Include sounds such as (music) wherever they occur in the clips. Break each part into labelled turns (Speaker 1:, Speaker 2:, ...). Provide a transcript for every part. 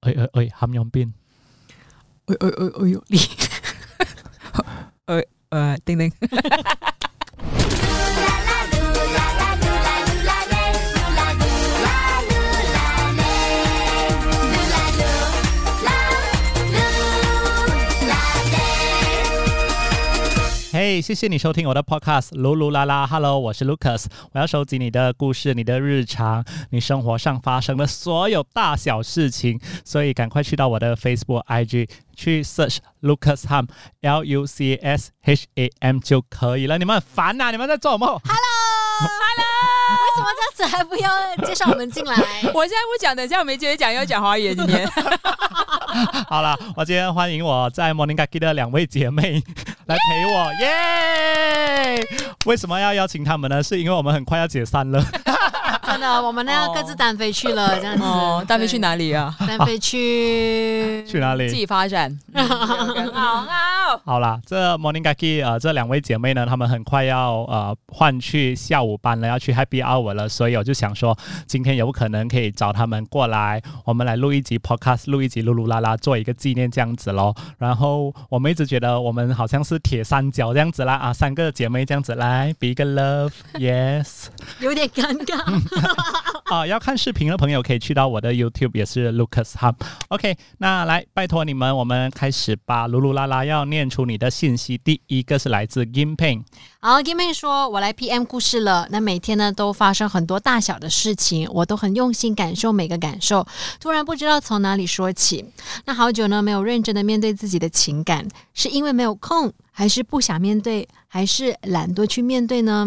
Speaker 1: 哎哎哎，hamyeongbin，
Speaker 2: 哎哎哎哎呦，你，呃呃，丁丁，
Speaker 1: 嘿，谢谢你收听我的 podcast，噜噜啦啦，Hello，我是 Lucas，我要收集你的故事，你的日常，你生活上发生的所有大小事情，所以赶快去到我的 Facebook、IG 去 search Lucas Ham，L U C S H A M 就可以了。你们很烦呐、你们在做 (laughs) 梦？
Speaker 3: 为什么这次还不要介绍我
Speaker 2: (laughs)
Speaker 3: 们进来？
Speaker 2: (laughs) 我现在不讲，等一下我没机会讲，要讲华语了今 (laughs) 天。
Speaker 1: 好了，我今天欢迎我在 Morning g a k i 的两位姐妹 (laughs) 来陪我，耶！为什么要邀请她们呢？是因为我们很快要解散 (laughs) 了。
Speaker 3: 真的，我们呢
Speaker 2: 哦
Speaker 3: 各自单飞去了，这样子。
Speaker 2: 哦，大飞去哪里啊？
Speaker 3: 对？单飞
Speaker 2: (laughs)
Speaker 3: 去
Speaker 1: 去哪
Speaker 2: 自
Speaker 1: 里？
Speaker 2: 己发展。好
Speaker 1: (laughs)
Speaker 2: 啊，
Speaker 1: 好啦，这 Morning Gaki 呃，这两位姐妹呢，她们很快要呃换去下午班了，要去 Happy Hour 了，所以我就想说，今天有可能可以找她们过来，我们来录一集 Podcast，录一集噜噜啦啦，做一个纪念这样子咯。然后我们一直觉得我们好像是铁三角这样子啦，啊，三个姐妹这样子来，比一个 love，yes。
Speaker 3: 有点尴尬。
Speaker 1: (laughs) 啊、要看视频的朋友可以去到我的 YouTube，也是 Lucas Hub。OK，那来拜托你们，我们开始吧。噜噜啦啦，要念出你的信息。第一个是来自 Gimping，
Speaker 3: 好 g i m m 说：“我来 PM 故事了。那每天呢都发生很多大小的事情，我都很用心感受每个感受。突然不知道从哪里说起。那好久呢没有认真的面对自己的情感，是因为没有空，还是不想面对，还是懒惰去面对呢？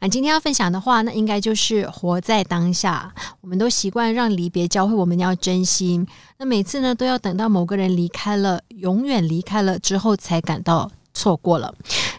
Speaker 3: 啊，今天要分享的话，那应该就是活在当下。我们都习惯让离别教会我们要珍惜。那每次呢都要等到某个人离开了，永远离开了之后才感到错过了。”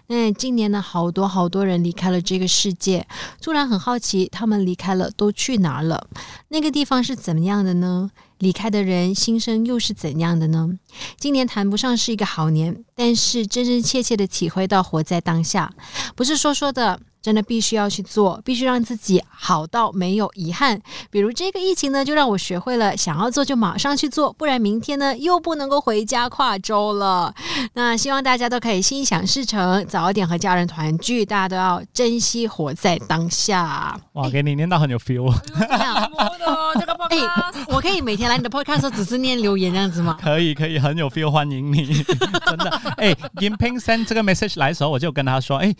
Speaker 3: 那今年呢，好多好多人离开了这个世界，突然很好奇，他们离开了都去哪儿了？那个地方是怎么样的呢？离开的人心声又是怎样的呢？今年谈不上是一个好年，但是真真切切的体会到活在当下，不是说说的，真的必须要去做，必须让自己好到没有遗憾。比如这个疫情呢，就让我学会了想要做就马上去做，不然明天呢又不能够回家跨州了。那希望大家都可以心想事成，早一点和家人团聚，大家都要珍惜活在当下。
Speaker 1: 哇，给你念到很有 feel，
Speaker 2: 这个报
Speaker 3: 哎、我可以每天来你的 podcast 说只是念留言这样
Speaker 1: (laughs)
Speaker 3: 子吗？
Speaker 1: 可以可以，很有 feel，欢迎你， (laughs) 真的。哎，Gimping send 这个 message 来的时候，我就跟他说，哎。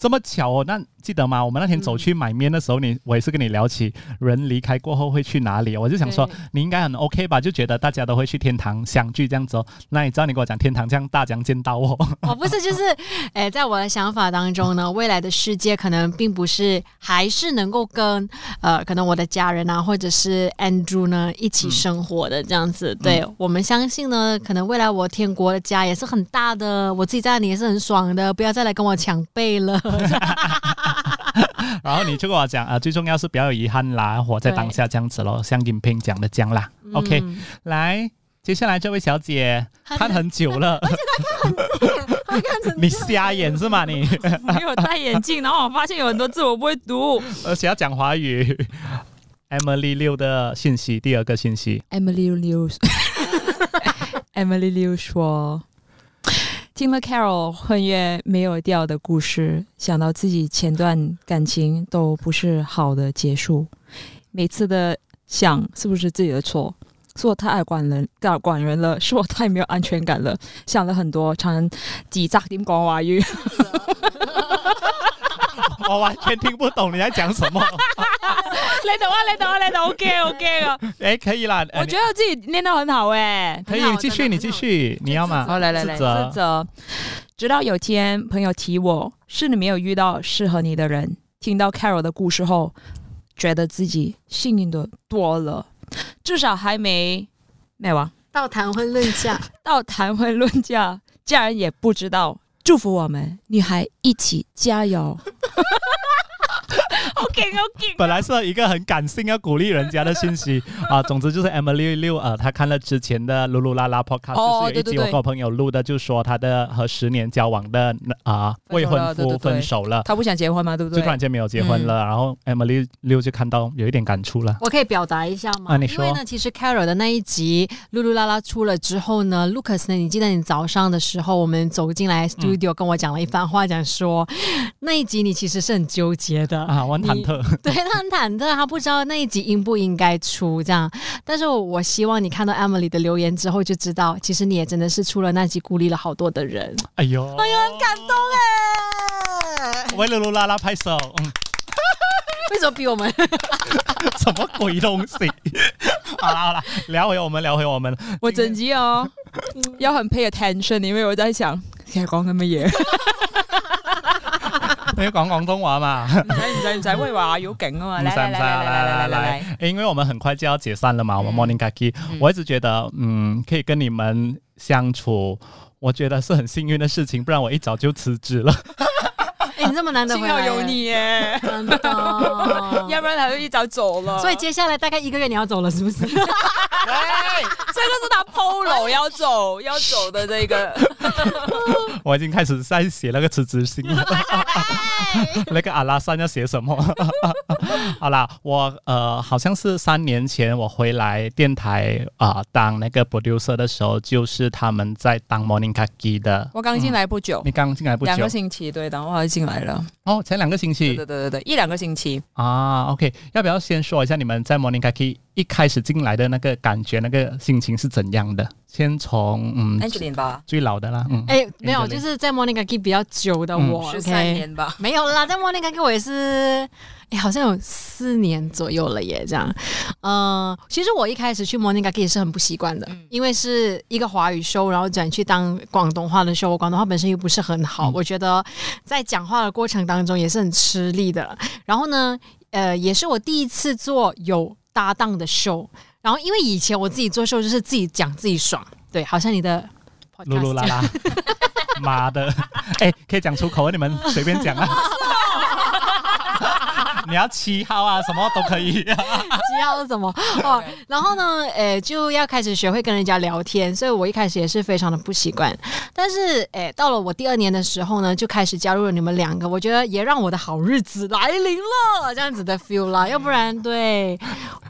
Speaker 1: 这么巧哦，那记得吗？我们那天走去买面的时候，你我也是跟你聊起人离开过后会去哪里，我就想说
Speaker 2: 对
Speaker 1: 你应该很 OK 吧，就觉得大家都会去天堂相聚这样子哦。那你知道你跟我讲天堂这样大将见到我，
Speaker 3: 我哦不是，就是，哎、在我的想法当中呢，未来的世界可能并不是还是能够跟呃，可能我的家人啊，或者是 Andrew 呢一起生活的这样子。对我们相信呢，可能未来我天国的家也是很大的，我自己在那里也是很爽的，不要再来跟我抢背了。
Speaker 1: 然后你就跟我讲啊、呃最重要是不要有遗憾啦，活在当下这样子咯，像影评讲的这样啦。OK，
Speaker 3: 嗯
Speaker 1: 来，接下来这位小姐
Speaker 3: 她
Speaker 1: 看很久了，你瞎眼是吗
Speaker 2: (laughs)
Speaker 1: 你？
Speaker 2: 没有戴眼镜，然后我发现有很多字我不会读。
Speaker 1: 而且要讲华语。Emily 六的信息，第二个信息，
Speaker 2: Emily Liu (laughs) ，Emily Liu 说，听了 Carol 婚约没有掉的故事，想到自己前段感情都不是好的结束，每次的想是不是自己的错，是我太爱管人，太管人了，是我太没有安全感了，想了很多，常几扎点讲华语。 (laughs)
Speaker 1: 我完全听不懂你在讲
Speaker 2: (laughs)
Speaker 1: 什么。
Speaker 2: 你读啊，你读啊，你读，OK OK 啊，
Speaker 1: 哎，可以啦，呃
Speaker 2: (laughs) 我觉得自己念得很好哎、
Speaker 1: 你可以继续，你继续，你要吗？
Speaker 2: 好，来来来，
Speaker 1: 啊自责
Speaker 2: 自责。直到有天朋友提我，是你没有遇到适合你的人。听到 Carol 的故事后，觉得自己幸运的多了，至少还没没完
Speaker 3: 到谈婚论嫁，
Speaker 2: 到谈婚论嫁，
Speaker 1: (laughs)
Speaker 2: 家人也不知道。祝福我们女孩一起加油！好劲，好劲！ (laughs)
Speaker 1: 本来是一个很感性要鼓励人家的信息啊，总之就是 Emily 六呃，她看了之前的噜噜啦啦 Podcast，、
Speaker 2: 哦
Speaker 1: 就是有一
Speaker 2: 对对
Speaker 1: 集我
Speaker 2: 对
Speaker 1: 跟我朋友录的，就说她的和十年交往的啊、
Speaker 2: 分
Speaker 1: 未
Speaker 2: 手了
Speaker 1: 婚
Speaker 2: 对对
Speaker 1: 夫
Speaker 2: 对
Speaker 1: 分手了，
Speaker 2: 他不想结婚嘛，对嗯不
Speaker 1: 就
Speaker 2: 对
Speaker 1: 突？然间没有结婚了，然后 Emily 六就看到有一点感触了。
Speaker 3: 我可以表达一下吗？
Speaker 1: 啊你
Speaker 3: 因为
Speaker 1: 说
Speaker 3: 呢，其实 Carol 的那一集《噜噜啦啦》出了之后呢，Lucas 呢，你记得你早上的时候，我们走进来 studio 跟我讲了一番话，讲说 (laughs) 那一集你其实是很纠 (laughs) 结的
Speaker 1: 啊，我很忐忑，
Speaker 3: 对他很忐忑，他不知道那一集应不应该出这样。但是我我希望你看到 Emily 的留言之后，就知道其实你也真的是出了那集孤立了好多的人。
Speaker 1: (laughs) 哎呦，哎呦，很感动
Speaker 3: 哎、
Speaker 2: 啊
Speaker 1: 为噜噜啦啦拍手，嗯，
Speaker 3: (laughs)
Speaker 1: (laughs)
Speaker 3: 为什么逼我们？
Speaker 1: 什么鬼东西？ (laughs) 好啦好啦，聊回我们，聊回
Speaker 2: (laughs)
Speaker 1: 我们，
Speaker 2: 我整集
Speaker 1: (laughs)
Speaker 2: 哦，要很 pay attention，因为我在想，其實講緊乜嘢？
Speaker 1: 你要讲广东话嘛？
Speaker 2: 唔使唔使唔使，喂話好勁啊嘛！
Speaker 1: 唔
Speaker 2: 嚟
Speaker 1: 使
Speaker 2: 嚟
Speaker 1: 唔
Speaker 2: 嚟
Speaker 1: 使，来
Speaker 2: 嚟嚟
Speaker 1: 来
Speaker 2: 嚟嚟
Speaker 1: 来，因为我们很快就要解散了嘛，我们 Morning Kaki，、我一直觉得，嗯，可以跟你们相处，我觉得是很幸运的事情，不然我一早就辞职了。
Speaker 3: (laughs) 哎、你这么难
Speaker 2: 嚟，
Speaker 3: 得回
Speaker 2: 幸好
Speaker 3: 来，
Speaker 2: 有，你耶，
Speaker 3: 真 (laughs) 的。
Speaker 2: 要不然他就一早走了。
Speaker 3: 所以接下来大概一个月你要走了，是不是？
Speaker 2: 这个是他 polo 要走要走的这个，
Speaker 1: 我已经开始在写那个辞职信了，那个阿拉善要写什么？好啦，我呃，好像是三年前我回来电台啊、当那个 producer 的时候，就是他们在当 Morning Kaki 的。
Speaker 2: 我刚进来不久
Speaker 1: 你，刚进来不久
Speaker 2: 两个星期，对，然后他就进来了，
Speaker 1: 哦，才两个星期
Speaker 2: 对对对对对，一两个星期。
Speaker 1: 啊，OK，要不要先说一下你们在 Morning Kaki 一开始进来的那个感觉、那个心情是怎样的？先从嗯
Speaker 2: Angeline 吧，
Speaker 1: 最老的啦，嗯，
Speaker 3: 哎、没有，
Speaker 1: Angeline
Speaker 3: 就是在 Monica G 比较久的
Speaker 1: 嗯
Speaker 3: 我、
Speaker 2: 十
Speaker 3: o
Speaker 2: 三
Speaker 3: k
Speaker 2: 年吧。
Speaker 3: 没有啦，在 Monica G 我也是。哎，好像有四年左右了耶，这样。嗯、其实我一开始去 Monica G 也是很不习惯的，
Speaker 2: 嗯
Speaker 3: 因为是一个华语 show，然后转去当广东话的 show，我广东话本身又不是很好，
Speaker 1: 嗯
Speaker 3: 我觉得在讲话的过程当中也是很吃力的。然后呢，呃，也是我第一次做有搭档的 show，然后因为以前我自己做 show 就是自己讲自己爽，对，好像你的 podcast
Speaker 1: 噜噜啦啦， (laughs) 妈的，哎，可以讲出口，你们随便 (laughs) 讲啊。你要七号啊，什么都可 (laughs) 以、
Speaker 3: 知道是什
Speaker 1: (laughs)
Speaker 3: 么哦
Speaker 2: OK。
Speaker 3: 然后呢，呃，就要开始学会跟人家聊天，所以我一开始也是非常的不习惯。但是，哎，到了我第二年的时候呢，就开始加入了你们两个，我觉得也让我的好日子来临了，这样子的 feel 啦。要不然，
Speaker 1: (laughs)
Speaker 3: 对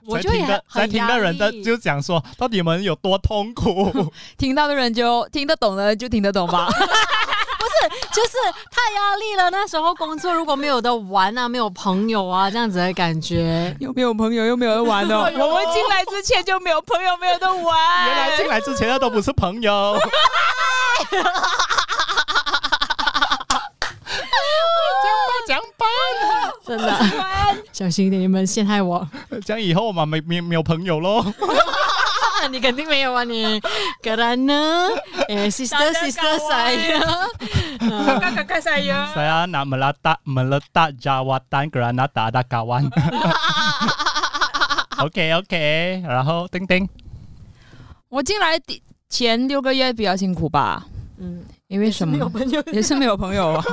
Speaker 3: 我
Speaker 1: 在
Speaker 3: 就也
Speaker 1: 听
Speaker 3: 很
Speaker 1: 的嗯在
Speaker 3: 很
Speaker 1: 听
Speaker 3: 压
Speaker 1: 的人的
Speaker 3: 力
Speaker 1: 就讲说，到底你们有多痛苦？
Speaker 2: 听到的人就听得懂的人就听得懂吧。
Speaker 3: (laughs) 就是太压力了。那时候工作如果没有的玩啊，没有朋友啊，这样子的感觉。
Speaker 2: 又没有朋友，又没有人玩哦。我们进来之前就没有朋友，没有人玩。
Speaker 1: (laughs) 原来进来之前那都不是朋友。 (laughs) 讲吧，
Speaker 3: 真
Speaker 1: (laughs)
Speaker 3: 的，小心一点，你们陷害我。
Speaker 1: 讲吧，讲以后我们没没没有朋友喽。
Speaker 3: 啊你肯定没有啊 (laughs) 你，kerana eh sister
Speaker 2: 大家
Speaker 3: sister 哎
Speaker 2: kawan.
Speaker 3: saya
Speaker 2: kakak kakak saya.
Speaker 1: Saya nak meletak meletak jawatan kerana tak ada
Speaker 2: (laughs)
Speaker 1: kawan. OK OK，然后丁丁，
Speaker 2: 我进来第前六个月比较辛苦吧，
Speaker 3: 嗯，
Speaker 2: 因为什
Speaker 3: 没有
Speaker 2: 么
Speaker 3: (laughs) 朋友，
Speaker 2: 也是没有朋友。啊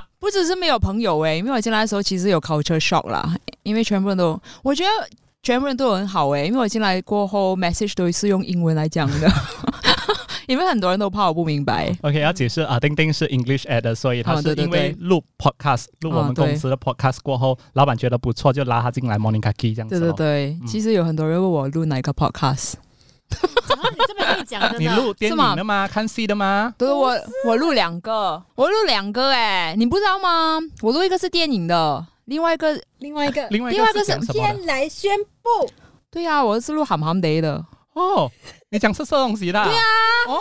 Speaker 2: (laughs) 不只是没有朋友诶、欸因为我进来的时候其实有 culture shock 啦，因为全部人都，我觉得全部人都很好诶、欸因为我进来过后 message 都是用英文来讲 (laughs) 的，因为很多人都怕我不明白。
Speaker 1: OK，要解释啊，丁丁是 English ad，所以他
Speaker 2: 哦对
Speaker 1: 是
Speaker 2: 对
Speaker 1: 因为录 podcast 录我
Speaker 2: 哦
Speaker 1: 们
Speaker 2: 对
Speaker 1: 公司的 podcast 过后，老板觉得不错，就拉他进来 Monica Key 这样
Speaker 2: 对
Speaker 1: 子。
Speaker 2: 对，对，
Speaker 1: 嗯
Speaker 2: 其实有很多人问我录哪个 podcast，
Speaker 3: 你这边可以讲真
Speaker 1: 你
Speaker 3: 的，
Speaker 1: 录电
Speaker 2: 是
Speaker 1: 影
Speaker 2: 吗
Speaker 1: 的吗？看戏的吗？
Speaker 2: 对我我录两个，我录两个哎、你不知道吗？我录一个是电影的，另外一个
Speaker 3: 另外一个
Speaker 1: 另外一
Speaker 2: 另外一
Speaker 1: 个
Speaker 2: 呃个
Speaker 1: 是
Speaker 2: 是
Speaker 1: 讲什么的？
Speaker 3: 来宣布，
Speaker 2: 对呀、我是录喊喊 day 的，
Speaker 1: 哦，你讲是色东西的？对啊。哦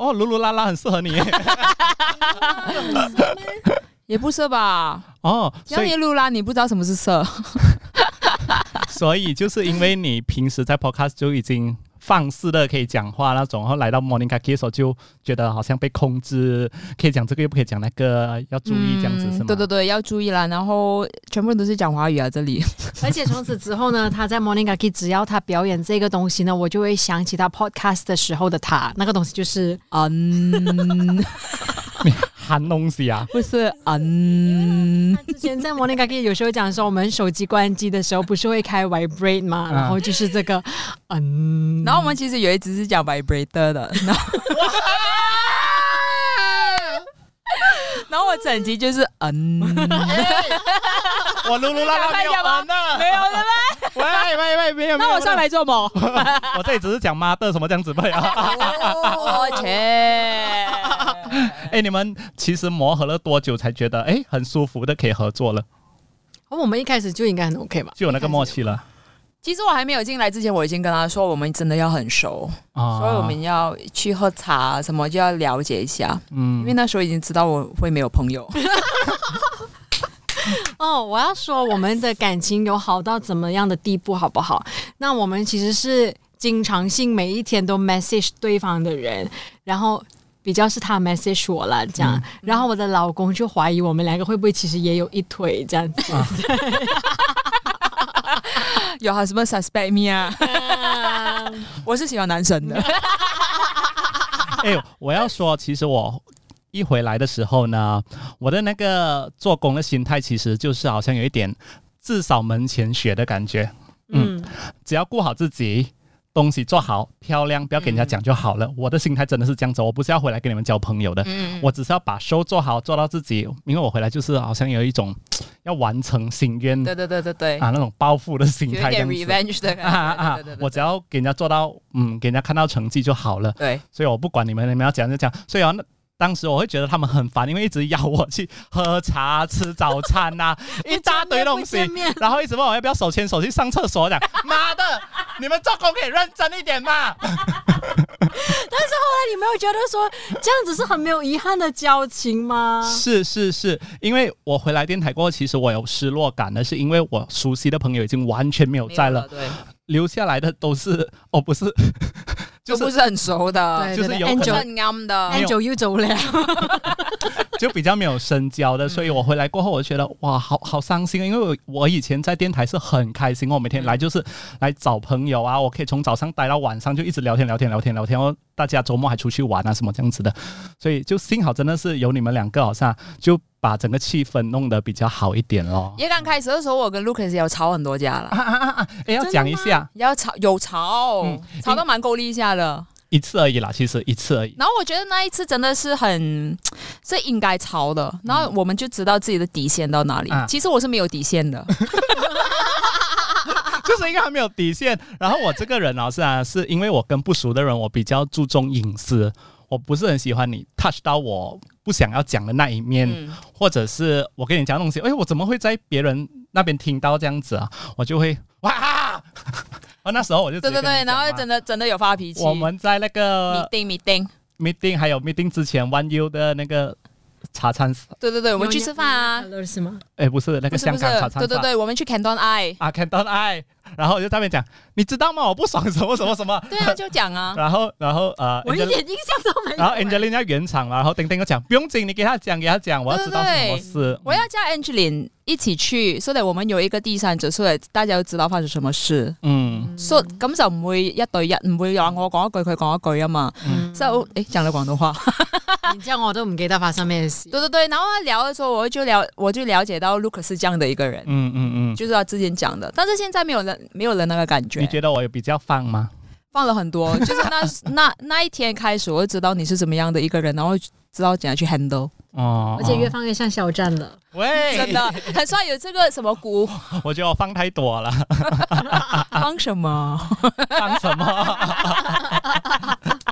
Speaker 1: 哦，噜噜啦啦很适合
Speaker 2: (laughs)
Speaker 1: 你
Speaker 2: 也不是吧？
Speaker 1: 哦，
Speaker 2: 要
Speaker 1: (laughs) 所以
Speaker 2: 你录啦，你不知道什么是色，
Speaker 1: (laughs) 所以就是因为你平时在 podcast 就已经放肆的可以讲话那种，然后来到 Morning Kaki 的时候就觉得好像被控制，可以讲这个又不可以讲那个，要注意这样子、
Speaker 2: 嗯
Speaker 1: 是吗？
Speaker 2: 对对对，要注意啦。然后全部人都是讲华语啊，这
Speaker 4: (laughs)
Speaker 2: 里
Speaker 3: 而且从此之后呢，他在 Monica Key 只要他表演这个东西呢，我就 (laughs) 会想起他 podcast 的时候的他，那个东西就是
Speaker 2: 嗯，
Speaker 1: (laughs) 含东西
Speaker 2: (laughs)
Speaker 1: 啊，
Speaker 4: 不是嗯，
Speaker 3: 之前在 Monica 有时候讲说，我们手机关机的时候不是会开 vibrate 嘛，
Speaker 2: 啊
Speaker 3: 然后就是这个嗯，
Speaker 2: 然后我们其实有一只是讲 vibrator 的，然后 (laughs) 然后我整集就是
Speaker 1: (laughs)
Speaker 2: 嗯，
Speaker 1: 我噜噜啦啦没有完呢，
Speaker 2: 没有了吧？
Speaker 1: 喂喂喂，没有。
Speaker 2: 那我上
Speaker 1: 来，(laughs)
Speaker 2: 来做某，
Speaker 1: 我这里只是讲妈的什么这样子啊罢
Speaker 2: (laughs)
Speaker 1: 了。
Speaker 2: 我去，
Speaker 1: 哎，你们其实磨合了多久才觉得哎很舒服的可以合作了，
Speaker 3: 哦我们一开始就应该很 OK 吧？
Speaker 1: 就有那个默契了
Speaker 2: 其实我还没有进来之前，我已经跟他说，我们真的要很熟，
Speaker 1: 啊
Speaker 2: 所以我们要去喝茶，什么就要了解一下，因为
Speaker 1: 嗯，
Speaker 2: 那时候已经知道我会没有朋友。 (laughs)
Speaker 3: 哦，我要说我们的感情有好到怎么样的地步，好不好？那我们其实是经常性每一天都 message 对方的人，然后。比较是他 message 我啦，这样，然后我的老公就怀疑我们两个会不会其实也有一腿这样子。
Speaker 2: 有 husband suspect me
Speaker 1: (laughs)
Speaker 2: 啊？我是喜欢男生的， (laughs)
Speaker 1: 哎，我要说，其实我。一回来的时候呢，我的那个做工的心态其实就是好像有一点至少门前雪的感觉，
Speaker 3: 嗯，
Speaker 1: 只要顾好自己，东西做好漂亮，不要给人家讲就好了。我的心态真的是这样子，我不是要回来跟你们交朋友的，
Speaker 2: 嗯，
Speaker 1: 我只是要把 show 做好，做到自己。因为我回来就是好像有一种要完成心愿
Speaker 2: (laughs) 对对对对对，
Speaker 1: 啊那种报复的心
Speaker 2: 有
Speaker 1: 态
Speaker 2: 一
Speaker 1: 这
Speaker 2: 点
Speaker 1: 样子。
Speaker 2: revenge 的
Speaker 1: (laughs) 啊啊啊
Speaker 2: 感觉，对对对对！
Speaker 1: 我只要给人家做到，嗯，给人家看到成绩就好了。
Speaker 2: 对
Speaker 1: 所以我不管你们，你们要讲就讲。所以啊，那当时我会觉得他们很烦，因为一直邀我去喝茶、吃早餐呐、一大堆东西
Speaker 3: 不见面不见面，
Speaker 1: 然后一直问我要不要手牵手去上厕所，讲妈的，你们做工可以认真一点嘛。
Speaker 3: 但是后来你没有觉得说这样子是很没有遗憾的交情吗？
Speaker 1: 是是是，因为我回来电台过后，其实我有失落感的，是因为我熟悉的朋友已经完全没有在了，
Speaker 2: 没有对，
Speaker 1: 留下来的都是哦，不是，就
Speaker 2: 就不
Speaker 1: 是
Speaker 2: 是很熟的，
Speaker 3: 对
Speaker 1: 就是
Speaker 3: 对
Speaker 1: 有
Speaker 3: 对
Speaker 1: 可
Speaker 2: 就
Speaker 1: 能
Speaker 2: 很暗的
Speaker 1: 没。有
Speaker 3: Angel 又走了，
Speaker 1: 就比较没有深交的，所以我回来过后，我就觉得哇，好好伤心啊，因为我我以前在电台是很开心，我每
Speaker 3: 嗯
Speaker 1: 天来就是来找朋友啊，我可以从早上待到晚上，就一直聊天聊天聊天聊天，然后大家周末还出去玩啊什么这样子的，所以就幸好真的是有你们两个，好像就把整个气氛弄得比较好一点咯。
Speaker 2: 也刚开始的时候，我跟 Lucas 有吵很多架了，
Speaker 1: 啊啊啊啊！哎，要
Speaker 3: 真的
Speaker 1: 讲一下
Speaker 2: 要吵有吵
Speaker 1: 嗯，
Speaker 2: 吵到蛮够力一下的。
Speaker 1: 一次而已啦，其实一次而已。
Speaker 2: 然后我觉得那一次真的是很是应该吵的，然后我们就知道自己的底线到哪里
Speaker 1: 嗯啊。
Speaker 2: 其实我是没有底线的，
Speaker 1: (laughs) 就是因为还没有底线。然后我这个人啊，是啊，是因为我跟不熟的人，我比较注重隐私，我不是很喜欢你 touch 到我不想要讲的那一面，
Speaker 2: 嗯，
Speaker 1: 或者是我跟你讲东西，哎，我怎么会在别人那边听到这样子啊？我就会哇， (laughs) 哦，那时候我就直
Speaker 2: (laughs) 对
Speaker 1: 接
Speaker 2: 对
Speaker 1: 跟
Speaker 2: 对，
Speaker 1: 你讲
Speaker 2: 然
Speaker 1: 嘛
Speaker 2: 后真的真的有发脾气。
Speaker 1: 我们在那个
Speaker 2: meeting meeting，
Speaker 1: meeting 还有 meeting 之前，One U 的那个茶餐室，
Speaker 2: 对对对，我们去吃饭
Speaker 3: (laughs)
Speaker 2: 啊，
Speaker 3: 是吗？
Speaker 1: 哎，不是那
Speaker 2: 不
Speaker 1: 个
Speaker 2: 是
Speaker 1: 香
Speaker 2: 不是
Speaker 1: 港茶，餐
Speaker 2: 对
Speaker 1: 室，
Speaker 2: 对对，我们去 Canton Eye，
Speaker 1: 啊，Can Don I，然后我就在那边讲，你知道吗？我不爽什么什么什么，
Speaker 2: 对啊，就讲 (laughs) 啊，
Speaker 1: 然后然后呃，
Speaker 3: 我一
Speaker 1: Angela-
Speaker 3: 点印象都没有。
Speaker 1: 然后 Angelina 圆场嘛，然后丁丁就讲不用紧，你给他讲，给他讲，我要知道什么事。
Speaker 2: 我要叫 Angeline 一起去，所以我们有一個第三者，所以大家都知道發生什麼事，
Speaker 1: 嗯，
Speaker 2: 所以咁就唔會一對一，唔會話我講一句佢講一句啊嘛。所以我诶講咗廣東 (laughs) 話，
Speaker 3: (laughs) 你这样我都唔记得发生咩事。
Speaker 2: 對對對，然後聊的時候我就了我就了解到 Lucas 是這樣的一個人，
Speaker 1: 嗯嗯嗯，
Speaker 2: 就是他之前講的，但是現在沒有人沒有人那個感
Speaker 1: 你
Speaker 2: 覺，
Speaker 1: 觉得我有比较放吗？
Speaker 2: 放了很
Speaker 1: (laughs)
Speaker 2: 多，就是那那那一天開始我就知道你是怎麼樣的一個人，然後知道點樣去 handle，
Speaker 1: 哦，
Speaker 3: 而且越
Speaker 1: 哦
Speaker 3: 放越像肖战了。
Speaker 2: 真
Speaker 1: 喂，
Speaker 2: 的很帅，有這個什麼鼓
Speaker 1: 我觉得我放太多了， (laughs)
Speaker 2: 幫什麼。
Speaker 1: 放什么？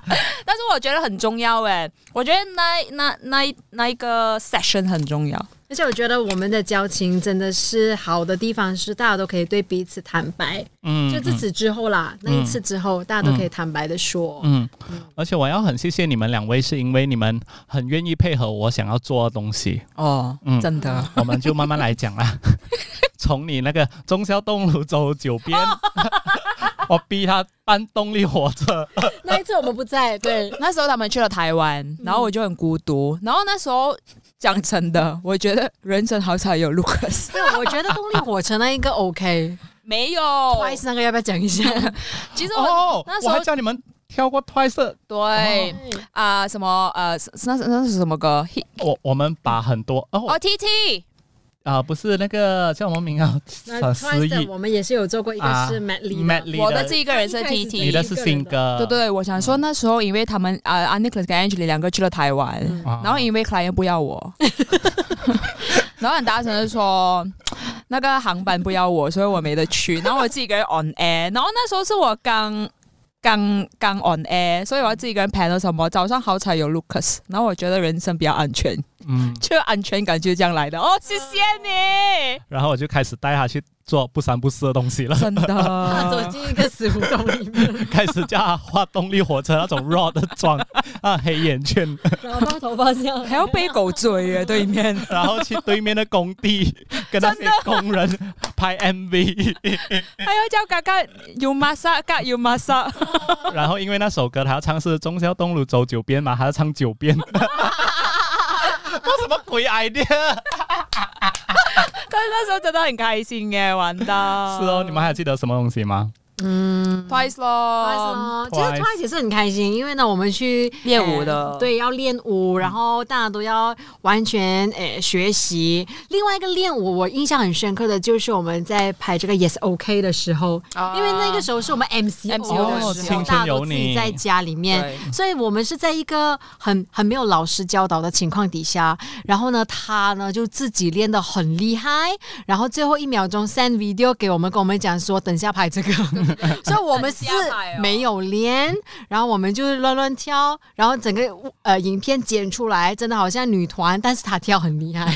Speaker 3: (laughs)
Speaker 2: 但是我觉得很重要哎，我觉得那那那那一个 session 很重要。
Speaker 3: 而且我觉得我们的交情真的是好的地方是大家都可以对彼此坦白，
Speaker 1: 嗯，
Speaker 3: 就自
Speaker 1: 嗯
Speaker 3: 此之后啦，那一次之后大家都可以坦白的说。
Speaker 1: 嗯，而且我要很谢谢你们两位，是因为你们很愿意配合我想要做的东
Speaker 3: (laughs)
Speaker 1: 西，
Speaker 2: 哦，
Speaker 1: 嗯
Speaker 2: 真的。
Speaker 1: 我们就慢慢来讲啦。 (laughs) 从你那个忠孝东路走九边，
Speaker 3: 哦
Speaker 1: (laughs) 我逼他搬动力火车，
Speaker 3: 那一次我们不
Speaker 1: (laughs)
Speaker 3: 在，对，
Speaker 2: 那时候他们去了台
Speaker 1: 嗯
Speaker 2: 湾，然后我就很孤独。然后那时候讲真的，我觉得人生好彩有
Speaker 1: (laughs)
Speaker 2: Lucas，
Speaker 3: 因为我觉得动力火车那一个 OK，
Speaker 2: 没有。
Speaker 3: 不好意思，那个要不要讲一下？
Speaker 2: 其实我、
Speaker 1: 哦
Speaker 2: 那，时
Speaker 1: 我
Speaker 2: 候
Speaker 1: 还叫你们哦跳过 Twice，
Speaker 2: 对啊、什么呃，是那是那是什么歌？
Speaker 1: 我我们把很多哦
Speaker 2: 哦，T T，
Speaker 1: 啊、不是那个叫什么名啊，
Speaker 3: 那
Speaker 1: 失
Speaker 3: Twice 的
Speaker 1: 忆
Speaker 3: 我们也是有做过，一个
Speaker 1: 啊
Speaker 3: 是 Matt Lee 的
Speaker 1: Matt Lee
Speaker 2: 我的
Speaker 1: 的
Speaker 2: 这一个人是
Speaker 3: 一开始
Speaker 2: T
Speaker 3: 自
Speaker 1: 你
Speaker 2: T，
Speaker 3: 己
Speaker 1: 的
Speaker 2: 对
Speaker 1: 是新歌，
Speaker 2: 对对，我想说那时候因为他们啊啊 Nicholas 跟 Angela 两个去了台湾，
Speaker 3: 嗯
Speaker 1: 啊，
Speaker 2: 然后因为 client 不要我， (laughs) 然后很大声的说那个航班不要我，所以我没得去。然后我自己一个人 on air，然后那时候是我刚刚刚 on air，所以我要自己一个人 panel 什么。早上好彩有 Lucas，然后我觉得人生比较安全，
Speaker 1: 嗯，
Speaker 2: 就安全感就是这样来的。哦，谢谢你， (laughs)
Speaker 1: 然后我就开始带他去做不三不四的东西了， (laughs)
Speaker 2: 真
Speaker 3: 他走
Speaker 2: 的。
Speaker 3: 进一个死胡同里面，
Speaker 1: 开始叫他画动力火车那种 raw 的妆啊，黑眼圈， (laughs)
Speaker 3: 然后把头发这样，
Speaker 2: 还要被狗追耶，对面
Speaker 1: 然后去对面的工地跟那些工人拍 MV，
Speaker 2: (laughs) 还要叫嘎嘎有玛莎嘎有玛莎，
Speaker 1: 然后因为那首歌他要唱是忠孝东路走九遍嘛，他要唱九 (laughs) 遍。我什么鬼 idea？
Speaker 2: 但是那时候真的很开心耶，玩的。是
Speaker 1: 是哦，你们还记得什么东西吗？
Speaker 3: 嗯。
Speaker 2: Twice
Speaker 3: ，Twice
Speaker 2: 咯，
Speaker 3: 哦咯其实
Speaker 1: Twice
Speaker 3: Twice 也是很开心，因为呢，我们去
Speaker 2: 练舞的嗯
Speaker 3: 呃对，要练舞，然后大家都要完全诶、呃学习。另外一个练舞，我印象很深刻的就是我们在排这个 Yes OK 的时候，
Speaker 2: 啊
Speaker 3: 因为那个时候是我们 MC
Speaker 2: MCO
Speaker 3: 的时候，
Speaker 2: 的时候
Speaker 3: 大家都自己在家里面，
Speaker 2: 对
Speaker 3: 所以我们是在一个很很没有老师教导的情况底下，然后呢，他呢就自己练得很厉害，然后最后一秒钟 send video 给我们，跟我们讲说等一下拍这个，
Speaker 2: (laughs)
Speaker 3: 所以我们是
Speaker 2: 等一下拍哦
Speaker 3: 没有练，然后我们就乱乱跳，然后整个呃影片剪出来，真的好像女团，但是他跳很厉害。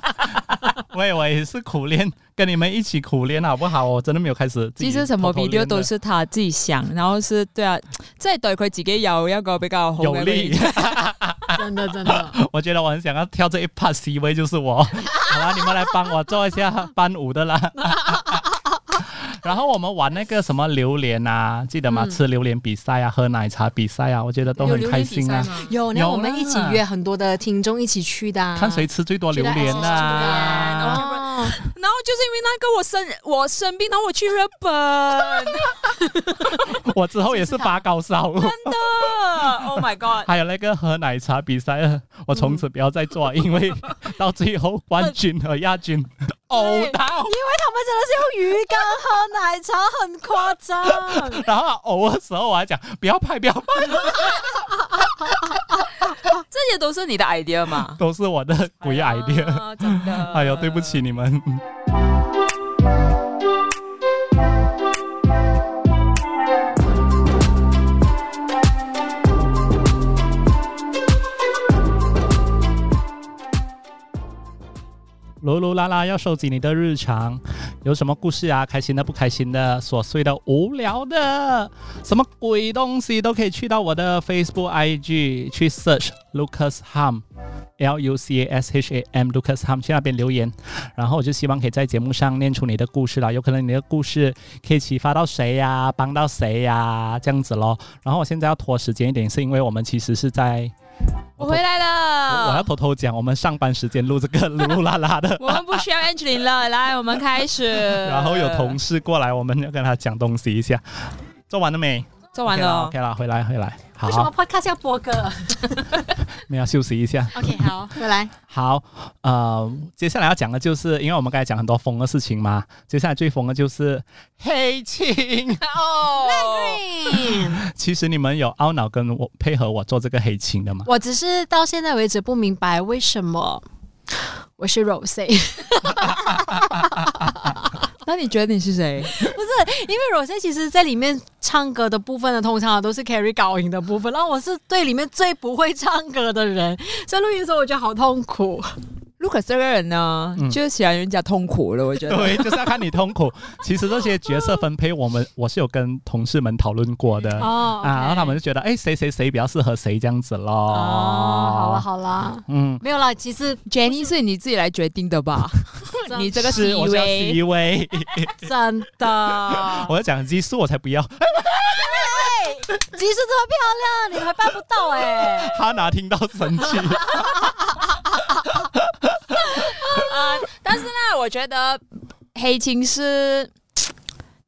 Speaker 1: (laughs) 喂，我也是苦练，跟你们一起苦练好不好？我真的没有开始。
Speaker 2: 其實什麼
Speaker 1: 啊
Speaker 2: video 都是他自己想，然後是對啊，即係對佢自己有一個比較好
Speaker 1: 有
Speaker 2: 嘅
Speaker 1: 力
Speaker 2: range。
Speaker 3: 真的真的，
Speaker 1: (laughs) 我觉得我很想要跳这一 part C 位就是我。 (laughs) 好啦，你们来帮我做一下班舞的啦。 (laughs) 然后我们玩那个什么榴莲啊，记得吗？
Speaker 2: 嗯
Speaker 1: 吃榴莲比赛啊，喝奶茶比赛啊，我觉得都很开心啊。
Speaker 3: 有呢，
Speaker 1: 有
Speaker 3: 我们一起
Speaker 1: 啦
Speaker 3: 约很多的听众一起去的啊、
Speaker 1: 看谁吃最多榴
Speaker 3: 去
Speaker 1: 莲
Speaker 3: 到
Speaker 1: 啊！
Speaker 3: SS
Speaker 2: 榴莲
Speaker 3: 哦
Speaker 2: (laughs) 然後就是因為那個我生我生病，然後我去日
Speaker 1: (laughs)
Speaker 2: 本，
Speaker 1: 我之后也是发高烧。
Speaker 2: 真 (laughs) 的，Oh my God！
Speaker 1: (laughs) 还有那个喝奶茶比赛，我从此不要再做，因为到最后冠军和亚军呕到，
Speaker 3: 因为他们真的是用鱼缸喝奶茶，很夸张。
Speaker 1: 然后呕的时候我还讲不要拍，不要拍，
Speaker 2: 這些都是你的 idea 嘛？
Speaker 1: 都是我的鬼 idea。
Speaker 2: 啊真的。
Speaker 1: (laughs) 哎呦，对不起你们。噜噜啦啦，要收集你的日常，有什么故事啊？开心的、不开心的、琐碎的、无聊的，什么鬼东西都可以去到我的 Facebook、IG 去 search Lucas Ham。L U C A S H A M Lucas Ham 去那边留言，然后我就希望可以在节目上念出你的故事啦，有可能你的故事可以启发到谁呀、帮到谁呀、这样子咯。然后我现在要拖时间一点，是因为我们其实是在
Speaker 2: 我回來
Speaker 1: 我
Speaker 3: 啊
Speaker 1: 我要
Speaker 2: 了。
Speaker 1: 偷偷讲，我们上班时间录这个噜噜啦啦
Speaker 3: (laughs)
Speaker 1: 的，
Speaker 2: 我們不需要 Angeline 了，來，我們開
Speaker 1: (laughs)
Speaker 2: 始。
Speaker 1: 然
Speaker 3: 呃
Speaker 2: 然
Speaker 1: 后有同事过来，我们要跟他讲东西一下。做完了没？
Speaker 2: 做完
Speaker 1: OK 啦
Speaker 2: 了
Speaker 1: ，OK 啦，回来回来，
Speaker 3: 为什么
Speaker 1: 好，
Speaker 3: podcast 要播歌
Speaker 1: 没有休息一下。
Speaker 3: ？OK，好，回来。
Speaker 1: 好，呃，接下来要讲的就是，因为我们刚才讲很多疯的事情嘛，接下来最疯的就是黑青。 (laughs)
Speaker 2: 哦。
Speaker 1: 其实你们有懊恼跟我配合我做这个黑青
Speaker 3: (laughs)
Speaker 1: 的吗？
Speaker 3: 我只是到现在为止不明白为什么我是 Rose，因
Speaker 2: (laughs) 那你覺得你是誰？
Speaker 3: 为 Rose 其实在里面唱歌的部分呢，通常都是 Carry 搞音的部分，然后我是队里面最不会唱歌的人，所以录音的时候我觉得好痛苦。
Speaker 2: Lucas 这个人呢，
Speaker 1: 嗯
Speaker 2: 就是喜欢人家痛苦了，我
Speaker 1: (laughs)
Speaker 2: 觉得。
Speaker 1: 对，就是要看你痛苦。其实这些角色分配，我们我是有跟同事们讨论过的、
Speaker 3: 哦
Speaker 1: 啊，然后他们就觉得，哎，谁谁谁比较适合谁这样子咯。
Speaker 3: 哦，好啦好啦，
Speaker 1: 嗯，
Speaker 3: 没有啦，其实
Speaker 2: Jenny 是你自己来决定的吧？ (laughs) 你这个
Speaker 1: 是我是要
Speaker 2: C
Speaker 1: C
Speaker 2: 位，
Speaker 1: 位，
Speaker 3: 真的。
Speaker 1: (laughs) 我要讲激素我才不要。 (laughs)
Speaker 3: 即使这么漂亮，你们还办不到哎、
Speaker 1: 哈拿听到生
Speaker 3: (laughs)
Speaker 1: 气，
Speaker 2: 呃，但是呢，我觉得黑青是。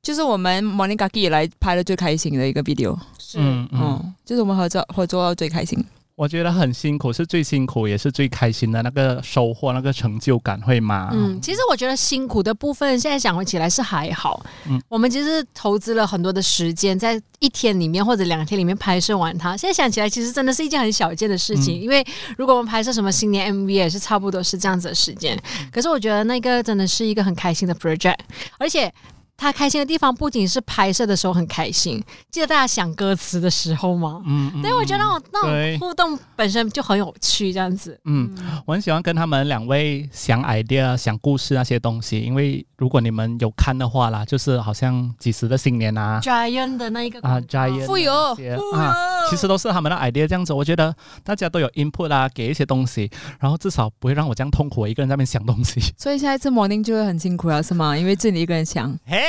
Speaker 2: 就是我们 Monica 以来拍的最开心的一个 video，
Speaker 3: 是
Speaker 1: 嗯嗯，
Speaker 2: 嗯，就是我们合作合作到最开心。
Speaker 1: 我觉得很辛苦，是最辛苦也是最开心的那个收获，那个成就感会吗？
Speaker 3: 嗯，其实我觉得辛苦的部分，现在想回起来是还好。
Speaker 1: 嗯
Speaker 3: 我们其实投资了很多的时间，在一天里面或者两天里面拍摄完它。现在想起来，其实真的是一件很小一件的事情，
Speaker 1: 嗯
Speaker 3: 因为如果我们拍摄什么新年 MV 也是差不多是这样子的时间。
Speaker 1: 嗯
Speaker 3: 可是我觉得那个真的是一个很开心的 project，而且。他开心的地方不仅是拍摄的时候很开心，记得大家想歌词的时候吗？
Speaker 1: 嗯，嗯
Speaker 3: 对，我觉得那种那
Speaker 1: 对
Speaker 3: 种互动本身就很有趣，这样子。
Speaker 1: 嗯，我很喜欢跟他们两位想 idea、想故事那些东西，因为如果你们有看的话啦，就是好像几十的新年啊
Speaker 3: Giant 的那一个
Speaker 1: 啊
Speaker 3: 广告
Speaker 1: Giant
Speaker 2: 富有
Speaker 1: 那
Speaker 3: 哦
Speaker 1: 些啊，其实都是他们的 idea 这样子。我觉得大家都有 input 啊，给一些东西，然后至少不会让我这样痛苦，我一个人在那边想东西。
Speaker 3: (laughs)
Speaker 2: 所以下一次 morning 就会很辛苦了，是吗？因为自己一个人 (laughs) 想。
Speaker 1: 嘿，
Speaker 3: 哎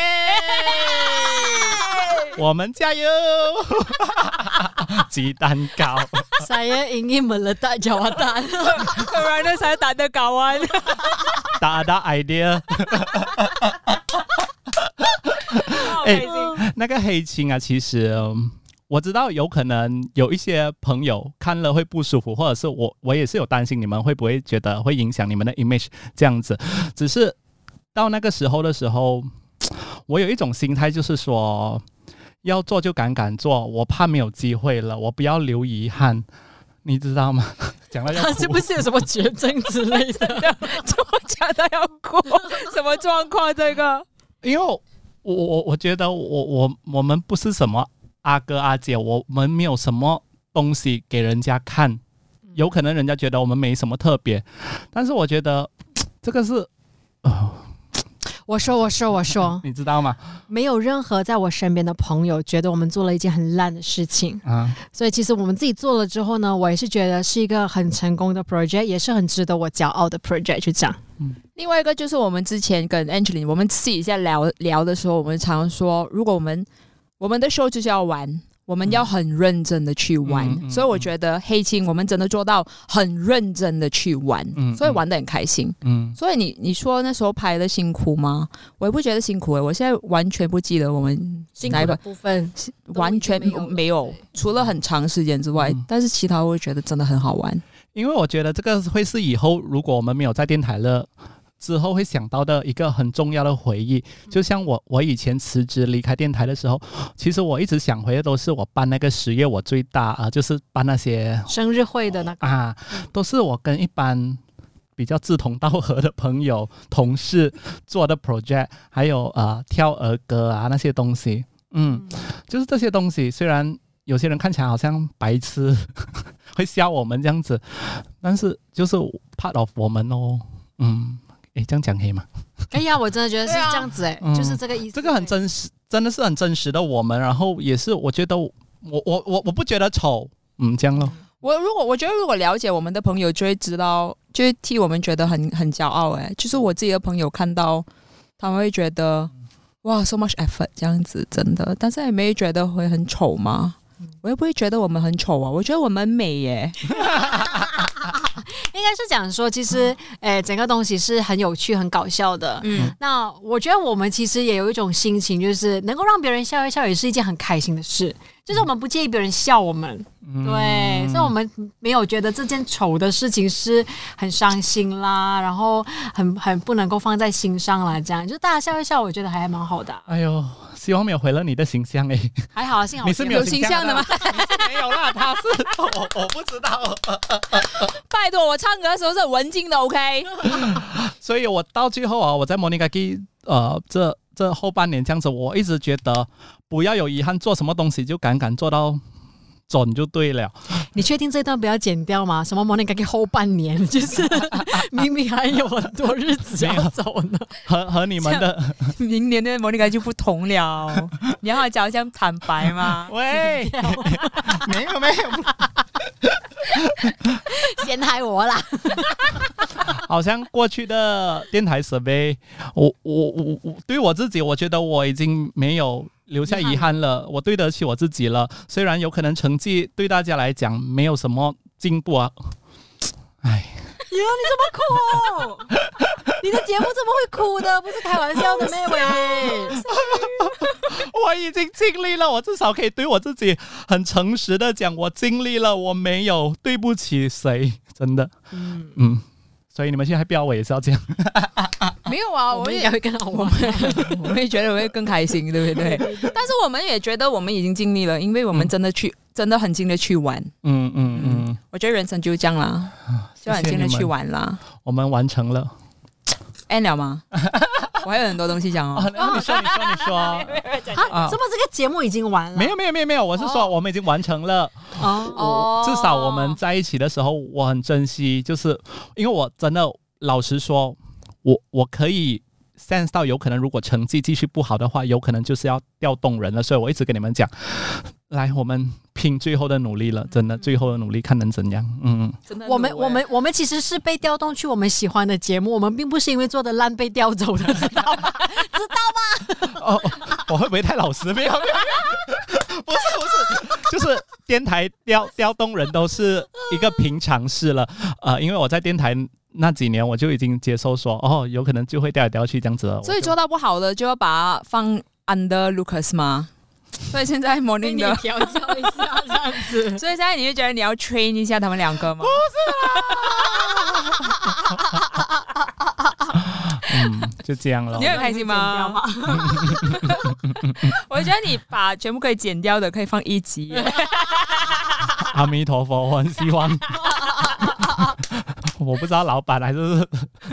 Speaker 1: 我们加油！ (laughs) 鸡蛋糕，
Speaker 3: saya ingin meletak jawatan. (laughs)
Speaker 2: Corona 才打得搞完，
Speaker 1: 大大 idea。哎
Speaker 2: 开心。
Speaker 1: (laughs) 那个黑青啊，其实、嗯我知道有可能有一些朋友看了会不舒服，或者是我我也是有担心你们会不会觉得会影响你们的 image 这样子。只是到那个时候的时候，我有一种心态就是说，要做就敢敢做，我怕没有机会了，我不要留遗憾。你知道吗？ (laughs) 讲到要哭，(laughs)
Speaker 3: Ah, 他是不是有什么绝症之类的？
Speaker 2: 我讲到要哭， (laughs) 什么状况？这个
Speaker 1: 因为我我我觉得我我我们不是什么阿哥阿姐，我们没有什么东西给人家看，有可能人家觉得我们没什么特别，但是我觉得这个是。哦，
Speaker 3: 我说，我说，我说，
Speaker 1: 你知道吗？
Speaker 3: 没有任何在我身边的朋友觉得我们做了一件很烂的事情，
Speaker 1: 啊，
Speaker 3: 所以其实我们自己做了之后呢，我也是觉得是一个很成功的 project，也是很值得我骄傲的 project。就这样，
Speaker 2: 另外一个就是我们之前跟 Angeline 我们私底下聊聊的时候，我们常说，如果我们我们的 show 就是要玩。我们要很认真的去玩，
Speaker 1: 嗯嗯嗯
Speaker 2: 所以我觉得黑青我们真的做到很认真的去玩，
Speaker 1: 嗯
Speaker 2: 所以玩的很开心。
Speaker 1: 嗯，
Speaker 2: 所以你你说那时候拍的辛苦吗？我也不觉得辛苦诶、我现在完全不记得我们哪一个
Speaker 3: 部分
Speaker 2: 完全
Speaker 3: 都已经没有
Speaker 2: 没有
Speaker 3: 了对，
Speaker 2: 除了很长时间之外，
Speaker 1: 嗯
Speaker 2: 但是其他我会觉得真的很好玩。
Speaker 1: 因为我觉得这个会是以后如果我们没有在电台了。之后会想到的一个很重要的回忆，就像我我以前辞职离开电台的时候，其实我一直想回的都是我办那个十月我最大啊、就是办那些
Speaker 3: 生日会的那个，
Speaker 1: 啊，都是我跟一般比较志同道合的朋友、同事
Speaker 3: (laughs)
Speaker 1: 做的 project，还有啊、呃跳儿歌啊那些东西，嗯，就是这些东西，虽然有些人看起来好像白痴， (laughs) 会笑我们这样子，但是就是 part of 我们哦，嗯，诶，这样讲可以吗？
Speaker 3: 哎呀，我真的觉得是这样子哎、
Speaker 1: 嗯
Speaker 3: 就是这个意思。
Speaker 1: 这个很真实，真的是很真实的我们，然后也是我觉得我我我我不觉得丑，嗯，这样咯，
Speaker 2: 我如果我觉得如果了解我们的朋友，就会知道，就会替我们觉得很很骄傲、欸。哎，就是我自己的朋友看到，他们会觉得哇，so much effort 这样子，真的，但是也没觉得会很丑吗？我也不会觉得我们很丑啊，我觉得我们美耶、
Speaker 3: 应该是讲说，其实，诶、整个东西是很有趣、很搞笑的。
Speaker 2: 嗯，
Speaker 3: 那我觉得我们其实也有一种心情，就是能够让别人笑一笑，也是一件很开心的事。就是我们不介意别人笑我们，
Speaker 1: 嗯、
Speaker 3: 对，所以我们没有觉得这件丑的事情是很伤心啦，然后很很不能够放在心上啦，这样就大家笑一笑，我觉得还蛮好的啊，
Speaker 1: 哎呦，希望没有毁了你的形象哎、
Speaker 3: 还好啊，幸好我
Speaker 1: 你是没有
Speaker 2: 有形
Speaker 1: (laughs)
Speaker 2: 象的吗？
Speaker 1: 没有啦，他是我我不知道，
Speaker 2: 拜托，我唱歌的时候是很文静的，OK？ (laughs)
Speaker 1: 所以我到最后啊，我在莫妮卡基呃这这后半年这样子，我一直觉得不要有遗憾，做什么东西就敢敢做到准就对了。
Speaker 3: 你确定这段不要剪掉吗？什么 Monica 给后半年，就是 (laughs) 明明还有很多日子要走呢。
Speaker 1: 和和你们的？
Speaker 2: 明年的莫妮卡就不同了，你要讲这样坦白吗
Speaker 1: (laughs)
Speaker 3: (laughs)
Speaker 1: 喂，没有没有，
Speaker 3: 陷害我啦！
Speaker 1: 好像过去的电台 survey，我我我我对我自己，我觉得我已经没有留下遗憾了，我对得起我自己了。虽然有可能成绩对大家来讲没有什么进步啊，唉，
Speaker 3: 你怎么哭？你的节目怎么会哭的？不是开玩笑的，妹妹。
Speaker 1: 我已经尽力了，我至少可以对我自己很诚实的讲，我尽力了，我没有对不起谁，真的，嗯所以你们现在不要我也是要这样，
Speaker 2: 没有啊，
Speaker 3: 我
Speaker 2: 我
Speaker 3: 们应
Speaker 2: 也
Speaker 3: 该会更好玩。
Speaker 2: (laughs) 我们也觉得会更开心，对不
Speaker 3: (laughs)
Speaker 2: 对？但是我们也觉得我们已经尽力了，因为我
Speaker 3: 嗯
Speaker 2: 们真的去，真的很尽力去玩。
Speaker 1: 嗯嗯嗯，
Speaker 2: 我觉得人生就这样啦，就很
Speaker 1: 谢谢
Speaker 2: 尽力
Speaker 1: 你
Speaker 2: 去
Speaker 1: 们
Speaker 2: 玩啦。
Speaker 1: 我们完成了。
Speaker 2: end 了吗？ (laughs) 我还有很多东西讲
Speaker 1: 啊
Speaker 2: 哦，。
Speaker 1: 然后你说，你说，你 (laughs) 说，
Speaker 3: 啊，怎么这个节目已经完了？
Speaker 1: 没有没有没有没有，我是说我们已经完成了。
Speaker 3: 哦，
Speaker 2: 哦
Speaker 1: 至少我们在一起的时候，我很珍惜，就是因为我真的老实说，我我可以 sense 到有可能如果成绩继续不好的话，有可能就是要调动人了，所以我一直跟你们讲，来，我们拼最后的努力了，真的最后的努力看能怎样，嗯，
Speaker 2: 真的很
Speaker 3: 我们
Speaker 2: 努力
Speaker 3: 我们我们其实是被调动去我们喜欢的节目，我们并不是因为做的烂被调走 (laughs) 的，知道吗？
Speaker 1: 哦， (laughs) 哦我会不会太老实？ (laughs) 没有没有没有，不是不是，就是电台调调动人都是一个平常事了。呃，因为我在电台那几年，我就已经接受说，哦，有可能就会调来调去这样子了。
Speaker 2: 所以
Speaker 1: 我就
Speaker 2: 做到不好的就要把它放 under Lucas (laughs) 嘛。所以现在 morning 的，
Speaker 3: 调教一下这样子。
Speaker 2: 所以现在你就哦觉得你要 train 一下他们两个吗？
Speaker 1: 嗯，就这样了
Speaker 2: 你。很开心吗？ (laughs) 我觉得你把全部可以剪掉的可以放一集 (laughs) 耶，
Speaker 1: 阿弥陀佛，我很希望。
Speaker 2: (laughs)
Speaker 1: 我不知道老板还是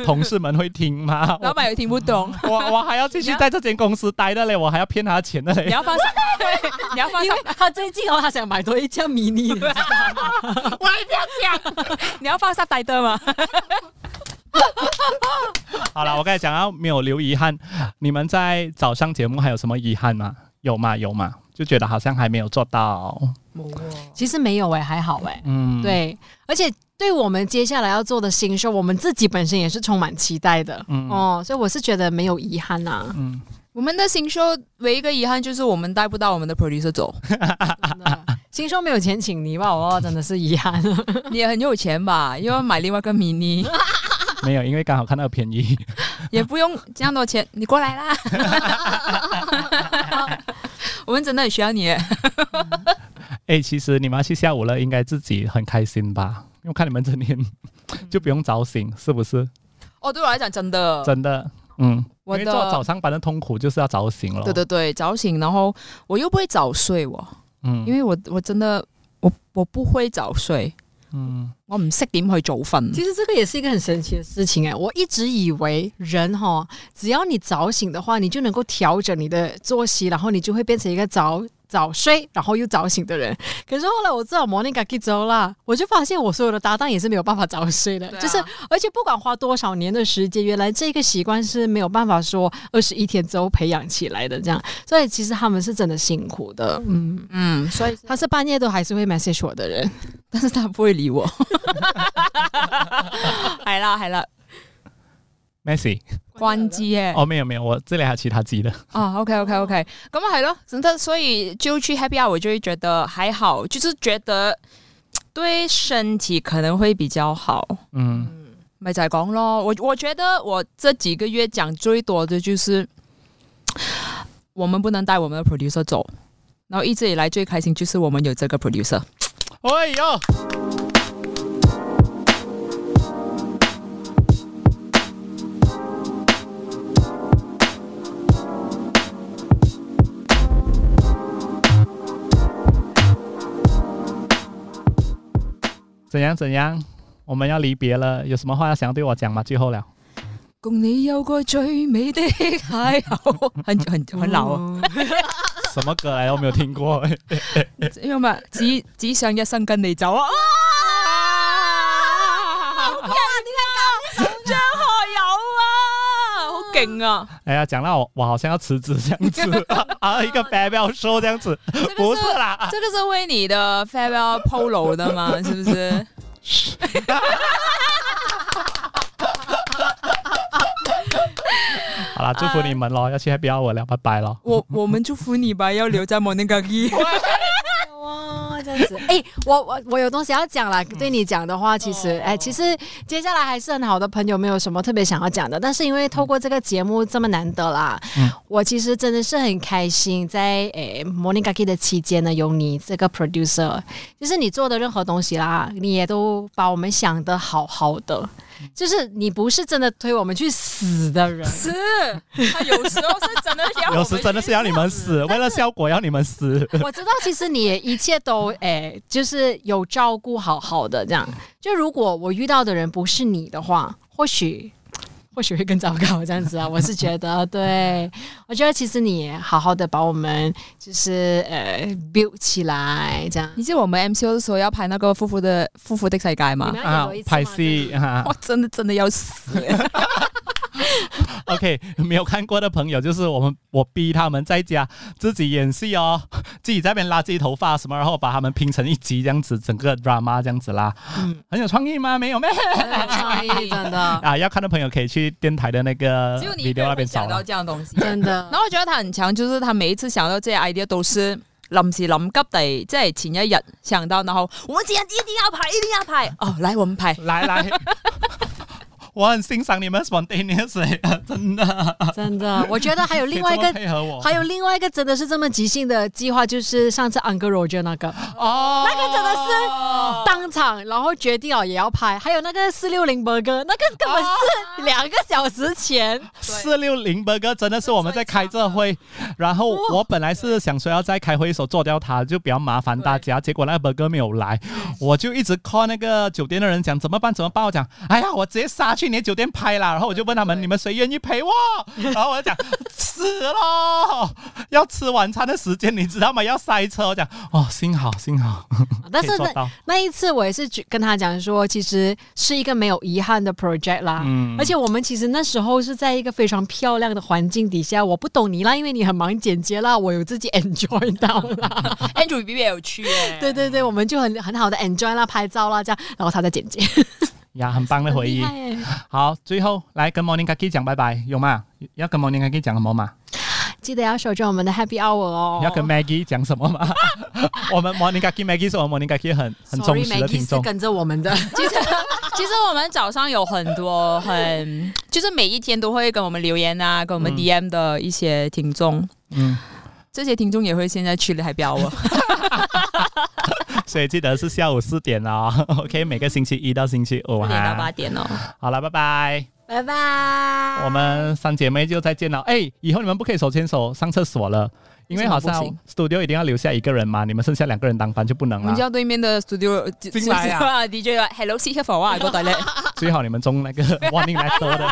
Speaker 1: 同事们会听吗？
Speaker 2: 老板也听不 (laughs) 懂。
Speaker 1: 我我我还要继续在这间公司待的嘞，我还要骗他钱的
Speaker 2: 你
Speaker 1: 嘞。
Speaker 2: 要放上， (laughs) 你要放
Speaker 3: 因
Speaker 2: 上
Speaker 3: 为，他最近哦，他想买多一架迷你， (laughs)
Speaker 2: (laughs) 你要放上台的吗？
Speaker 1: 好了，我刚才讲到没有留遗憾，你们在早上节目还有什么遗憾吗？有吗？有吗？就觉得好像还没有做到，
Speaker 3: 其实没有哎、还好哎、
Speaker 1: 嗯，，
Speaker 3: 对，而且对我们接下来要做的新秀，我们自己本身也是充满期待的，
Speaker 1: 嗯
Speaker 3: 哦，所以我是觉得没有遗憾啊呐、
Speaker 1: 嗯，
Speaker 2: 我们的新秀唯一一个遗憾就是我们带不到我们的 producer 走。
Speaker 3: 真的新秀没有钱请你吧，我真的是遗憾。啊
Speaker 2: (laughs) 你也很有钱吧？又要买另外一个 (laughs) mini，
Speaker 1: 没有，因为刚好看到便宜。 (laughs)
Speaker 2: 也不用这样多钱，你过来 (laughs) 啦。我们真的很需要你耶，
Speaker 1: 哎，其实你们要去下午了，应该自己很开心吧？因为我看你们整天 (laughs) 就不用早醒，是不是？
Speaker 2: 哦，对我来讲真的，
Speaker 1: 真的，嗯，因
Speaker 2: 我
Speaker 1: 为做早
Speaker 2: 的
Speaker 1: 上班的痛苦就是要早醒了。
Speaker 2: 对对对，早醒，然后我又不会早睡我，
Speaker 1: 嗯，
Speaker 2: 因
Speaker 1: 为
Speaker 2: 为我我真的我我不會早睡，
Speaker 1: 嗯
Speaker 2: 我唔識點去早瞓。
Speaker 3: 其实这个也是一个很神奇的事情哎，我一直以为人哈、只要你早醒的话，你就能够调整你的作息，然后你就会变成一个早。早睡，然后又早醒的人。可是后来我知道 morning g a k i 之后啦，我就发现我所有的搭档也是没有办法早睡的，就是而且不管花多少年的时间，原来这个习惯是没有办法说二十一天之后培养起来的。这样，所以其实他们是真的辛苦的。嗯，
Speaker 2: 嗯，所以
Speaker 3: 他是半夜都还是会 message 我的人。
Speaker 2: 但是他不會理我。 (laughs) 係啦係啦，
Speaker 1: ，Messi，
Speaker 2: 關機耶。
Speaker 1: 哦，没有没有，我这里还有其他机的。
Speaker 2: 啊，OK OK OK，咁啊係咯，真的，所以就去 Happy Hour 就會覺得還好，就是覺得對身體可能會比較好。
Speaker 1: 嗯
Speaker 2: 咪就係講咯，我我覺得我這幾個月講最多的就是，我們不能帶我們的 producer 走，然後一直以來最開心就是我們有這個 producer。
Speaker 1: 哎呦，怎样怎样？我们要离别了，有什么话要想要对我讲吗？最后了，
Speaker 2: 共你有個最美的 (laughs) 邂逅，很很很老啊，
Speaker 1: 什么歌来的？我没有听过。
Speaker 2: 因為嘛，只只想一生跟你走啊！好勁啊！張學友啊，好勁啊！
Speaker 1: (laughs) 哎呀，讲到我，我好像要辞职这样 (laughs) 子啊，一个 b a b y 说这样子，不是啦，
Speaker 2: 这个是为你的 farewell polo 的 (laughs) 吗？是不是？
Speaker 1: 好啦，祝福你们咯，要去 happy hour 了，拜拜咯。
Speaker 2: 我我们祝福你吧，要留在 Monica 一。
Speaker 3: 哇，真是实，哎、我我我有东西要讲啦。对你讲的话，其实，哎、其实接下来还是很好的朋友，没有什么特别想要讲的。但是因为透过这个节目这么难得啦，
Speaker 1: 嗯
Speaker 3: 我其实真的是很开心在，哎 Monica Key 的期间呢，有你这个 producer，就是你做的任何东西啦，你也都把我们想的好好的，就是你不是真的推我们去死的人。
Speaker 2: 是，他有时候是真的
Speaker 1: (laughs)
Speaker 2: 要，
Speaker 1: 有时真的是要你们死，为了效果要你们死。
Speaker 3: (laughs) 我知道，其实你也一切都诶、就是有照顾好好的这样。就如果我遇到的人不是你的话，或许或许会更糟糕这样子啊。我是觉得，对我觉得其实你也好好的把我们就是呃 build 起来这样。
Speaker 2: 你记得我们 MCO 的时候要拍那个《夫妇的夫妇的世界》吗
Speaker 3: 你？们要
Speaker 1: 啊
Speaker 3: 有一，次吗
Speaker 1: 拍戏啊
Speaker 2: (laughs) 我真的 (laughs) 真的要死了！
Speaker 1: ，OK，没有看过的朋友，就是我们我逼他们在家自己演戏哦， (laughs) 自己在那边拉自己头发什么，然后把他们拼成一集这样子，整个 drama 这样子啦，
Speaker 3: 嗯，
Speaker 1: 很有创意吗？没有咩
Speaker 3: 很有创意，
Speaker 1: (laughs)
Speaker 3: 真的，
Speaker 1: 啊，要看的朋友可以去电台的那个
Speaker 2: 只有你一个
Speaker 1: video 那
Speaker 2: 人会
Speaker 1: 边找啊
Speaker 2: 想到
Speaker 1: 啦。
Speaker 2: 这样的东西。
Speaker 3: 真的
Speaker 2: 嗯然。后我覺得他很強，就是他每一次想到這些 idea 都是臨時臨急地，即係前一日想到，然後我們今天一定要排，一定要排，哦，來我們排。
Speaker 1: 来来， (laughs) 我很欣赏你们 spontaneous，欸真的。(laughs)
Speaker 3: 真的，我觉得还有另外一
Speaker 1: 可 (laughs) 以
Speaker 3: 个
Speaker 1: 这么，配合我，
Speaker 3: 还有另外一个真的是这么即兴的计划，就是上次 Uncle Roger 那个，
Speaker 1: 哦，
Speaker 3: 那个真的是当场，然后决定了哦也要拍，还有那个四六零 burger，那个根本是两个小
Speaker 1: (laughs)
Speaker 3: 时前，
Speaker 1: 四六零 burger 真的是我们在开这会，然后我本来是想说要在开会的时候做掉它，就比较麻烦大家。结果那个 burger 没有来，我就一直 call 那个酒店的人讲怎么办怎么办，我讲哎呀我直接杀去你的酒店拍啦，然后我就问他们
Speaker 2: 对
Speaker 1: 你们谁愿意陪我，然后我就讲死咯，要吃晚餐的时间你知道吗？要塞车，我讲哦幸好幸好， (laughs)
Speaker 3: 但
Speaker 1: 可
Speaker 3: 是
Speaker 1: 以做
Speaker 3: 那
Speaker 1: 到，
Speaker 3: 那一次我也是去跟他讲说，其实是一个没有遗憾的 project 啦。
Speaker 1: 嗯
Speaker 3: 而且我们其实那时候是在一个非常漂亮的环境底下，我不懂你啦，因为你很忙剪接啦，我有自己 (laughs) enjoy 到
Speaker 1: (laughs)
Speaker 3: 啦。
Speaker 2: Andrew B B 有去耶，
Speaker 3: 对对对，我们就很很好的 enjoy 啦，拍照啦这样，然后他在剪接，
Speaker 1: 呀很棒的回忆
Speaker 3: 很。厉害耶
Speaker 1: 好，最后来跟 Morning Kaki 讲拜拜，有吗？要跟 Morning Kaki 讲什么吗？
Speaker 3: 记得要守着我们的 happy hour 哦。
Speaker 1: 要跟 Maggie 讲什么
Speaker 2: (laughs)
Speaker 1: 吗？我们 Morning Kaki Maggie 是我们 Morning Kaki 很很忠
Speaker 3: Sorry，
Speaker 1: 实的
Speaker 3: Maggie
Speaker 1: 听
Speaker 3: 是
Speaker 1: 众。
Speaker 3: 跟着我们的。
Speaker 2: 其实其实我们早上有很多很，就是每一天都会跟我们留言啊，跟我们
Speaker 1: 嗯
Speaker 2: D M 的一些听众，
Speaker 1: 嗯，
Speaker 2: 这些听众也会现在去了还标啊
Speaker 1: (laughs)
Speaker 2: 我。
Speaker 1: (laughs) 所以记得是下午四点哦。OK，每个 (laughs) 星期一到星期五
Speaker 2: 五点到八
Speaker 1: 哈。
Speaker 2: 点哦，
Speaker 1: 好了，拜拜。
Speaker 3: 拜拜，
Speaker 1: 我们三姐妹就再见了。哎，以后你们不可以手牵手上厕所了，因为好
Speaker 2: 为什
Speaker 1: 像
Speaker 2: 么
Speaker 1: studio 一定要留下一个人嘛，你们剩下两个人当班就不能
Speaker 2: 我
Speaker 1: 了
Speaker 2: 们。叫对面的 studio
Speaker 1: 進來
Speaker 2: (laughs)
Speaker 1: 啊
Speaker 2: DJ 話 Hello C F 啊，嗰
Speaker 1: (laughs)
Speaker 2: 隊咧。
Speaker 1: (laughs) 最好你们中那
Speaker 2: (laughs)
Speaker 1: 个 warning letter 的，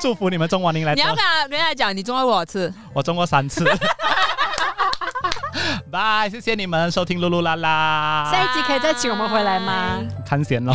Speaker 1: 祝福你们中 warning
Speaker 2: 你要
Speaker 1: letter
Speaker 2: 跟。他跟他讲，你中了我次。
Speaker 1: 我中过三
Speaker 2: (laughs)
Speaker 1: 次。 (laughs) 拜，谢谢你们收听噜噜啦啦，
Speaker 3: 下一集可以再请我们回来吗？
Speaker 1: 看闲喽。